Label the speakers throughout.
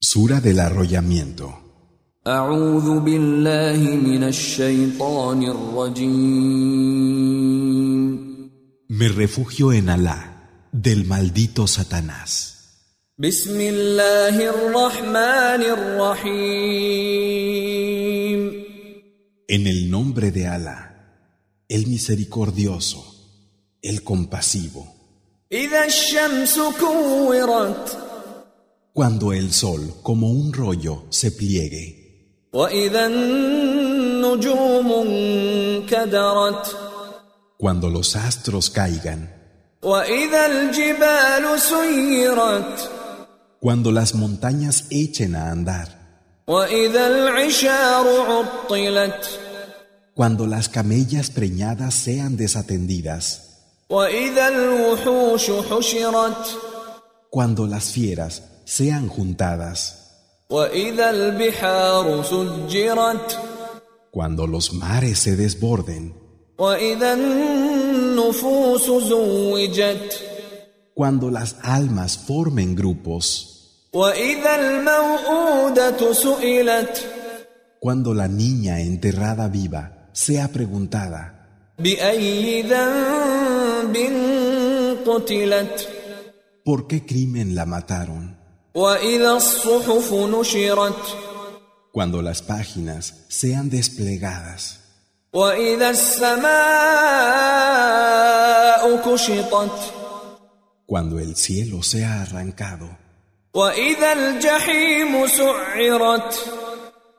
Speaker 1: Sura del arrollamiento.
Speaker 2: أعوذ بالله من الشيطان الرجيم
Speaker 1: Me refugio en Alá, del maldito Satanás.
Speaker 2: بسم الله الرحمن الرحيم
Speaker 1: En el nombre de Alá, el misericordioso, el compasivo.
Speaker 2: إذا الشمس كورت
Speaker 1: Cuando el sol, como un rollo, se pliegue,
Speaker 2: وإذا النجوم انكدرت
Speaker 1: cuando los astros caigan,
Speaker 2: وإذا الجبال سيرت
Speaker 1: cuando las montañas echen a andar,
Speaker 2: وإذا العشار عطلت
Speaker 1: cuando las camellas preñadas sean desatendidas,
Speaker 2: وإذا الوحوش حشرت
Speaker 1: cuando las fieras sean juntadas,
Speaker 2: وإذا البحار سجرت
Speaker 1: cuando los mares se desborden,
Speaker 2: وإذا النفوس زوجت
Speaker 1: cuando las almas formen grupos,
Speaker 2: وإذا الموءودة سئلت
Speaker 1: cuando la niña enterrada viva sea preguntada,
Speaker 2: بأي ذنب قتلت
Speaker 1: ¿por qué crimen la mataron?
Speaker 2: وإذا الصحف نشرت
Speaker 1: Cuando las páginas sean desplegadas,
Speaker 2: وإذا السماء كشطت
Speaker 1: cuando el cielo sea arrancado,
Speaker 2: وإذا الجحيم سعرت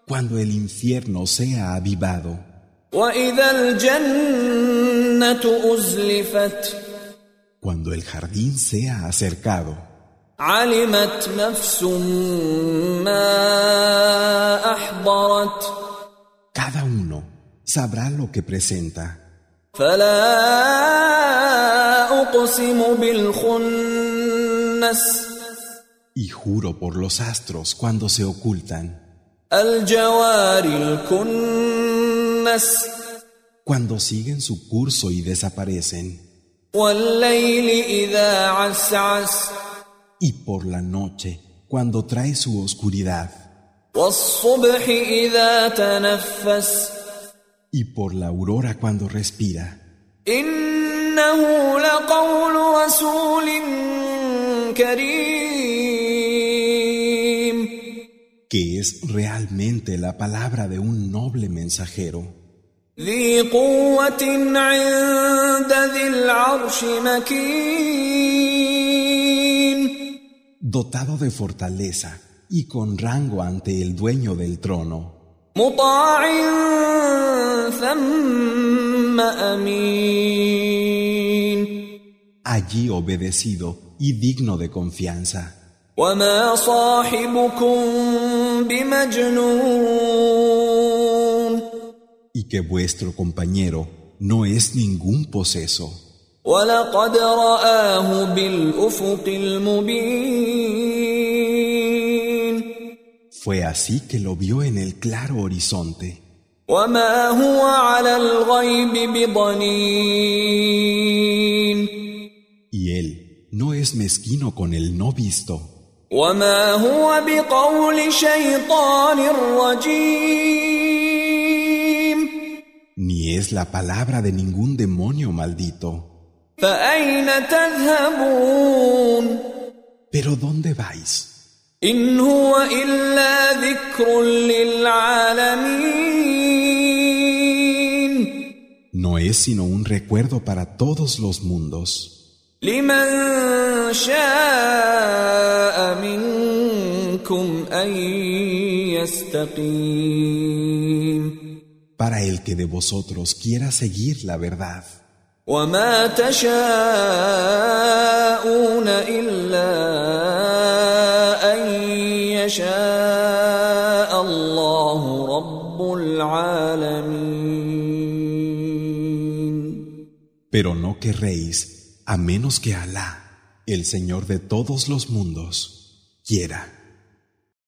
Speaker 1: cuando el infierno sea avivado,
Speaker 2: وإذا الجنة أزلفت
Speaker 1: cuando el jardín sea acercado,
Speaker 2: علمت نفس ما أحضرت
Speaker 1: cada uno sabrá lo que presenta.
Speaker 2: فلا أقسم بالخنس
Speaker 1: Y juro por los astros cuando se ocultan,
Speaker 2: الجوار الكنس
Speaker 1: cuando siguen su curso y desaparecen.
Speaker 2: والليل إذا عسعس
Speaker 1: y por la noche, cuando trae su oscuridad,
Speaker 2: والصبح إذا تنفس
Speaker 1: y por la aurora cuando respira,
Speaker 2: إنه لقول رسول كريم
Speaker 1: que es realmente la palabra de un noble mensajero,
Speaker 2: ذي قوة عند ذي العرش مكين
Speaker 1: dotado de fortaleza y con rango ante el dueño del trono,
Speaker 2: مطاع ثم أمين
Speaker 1: allí obedecido y digno de confianza.
Speaker 2: وما صاحبكم بمجنون
Speaker 1: Y que vuestro compañero no es ningún poseso,
Speaker 2: ولقد رآه بالأفق المبين
Speaker 1: fue así que lo vio en el claro horizonte,
Speaker 2: وما هو على الغيب بضنين
Speaker 1: y él no es mezquino con el no visto.
Speaker 2: وما هو بقول شيطان رجيم
Speaker 1: ni es la palabra de ningún demonio maldito.
Speaker 2: فأين تذهبون
Speaker 1: Pero ¿dónde vais?
Speaker 2: إن هو إلا ذكر للعالمين
Speaker 1: No es sino un recuerdo para todos los mundos,
Speaker 2: لمن شاء منكم أن يستقيم
Speaker 1: para el que de vosotros quiera seguir la verdad.
Speaker 2: وما تشاءون إلا أن يشاء الله رب العالمين
Speaker 1: Pero no querréis, a menos que Alá, el Señor de todos los mundos, quiera.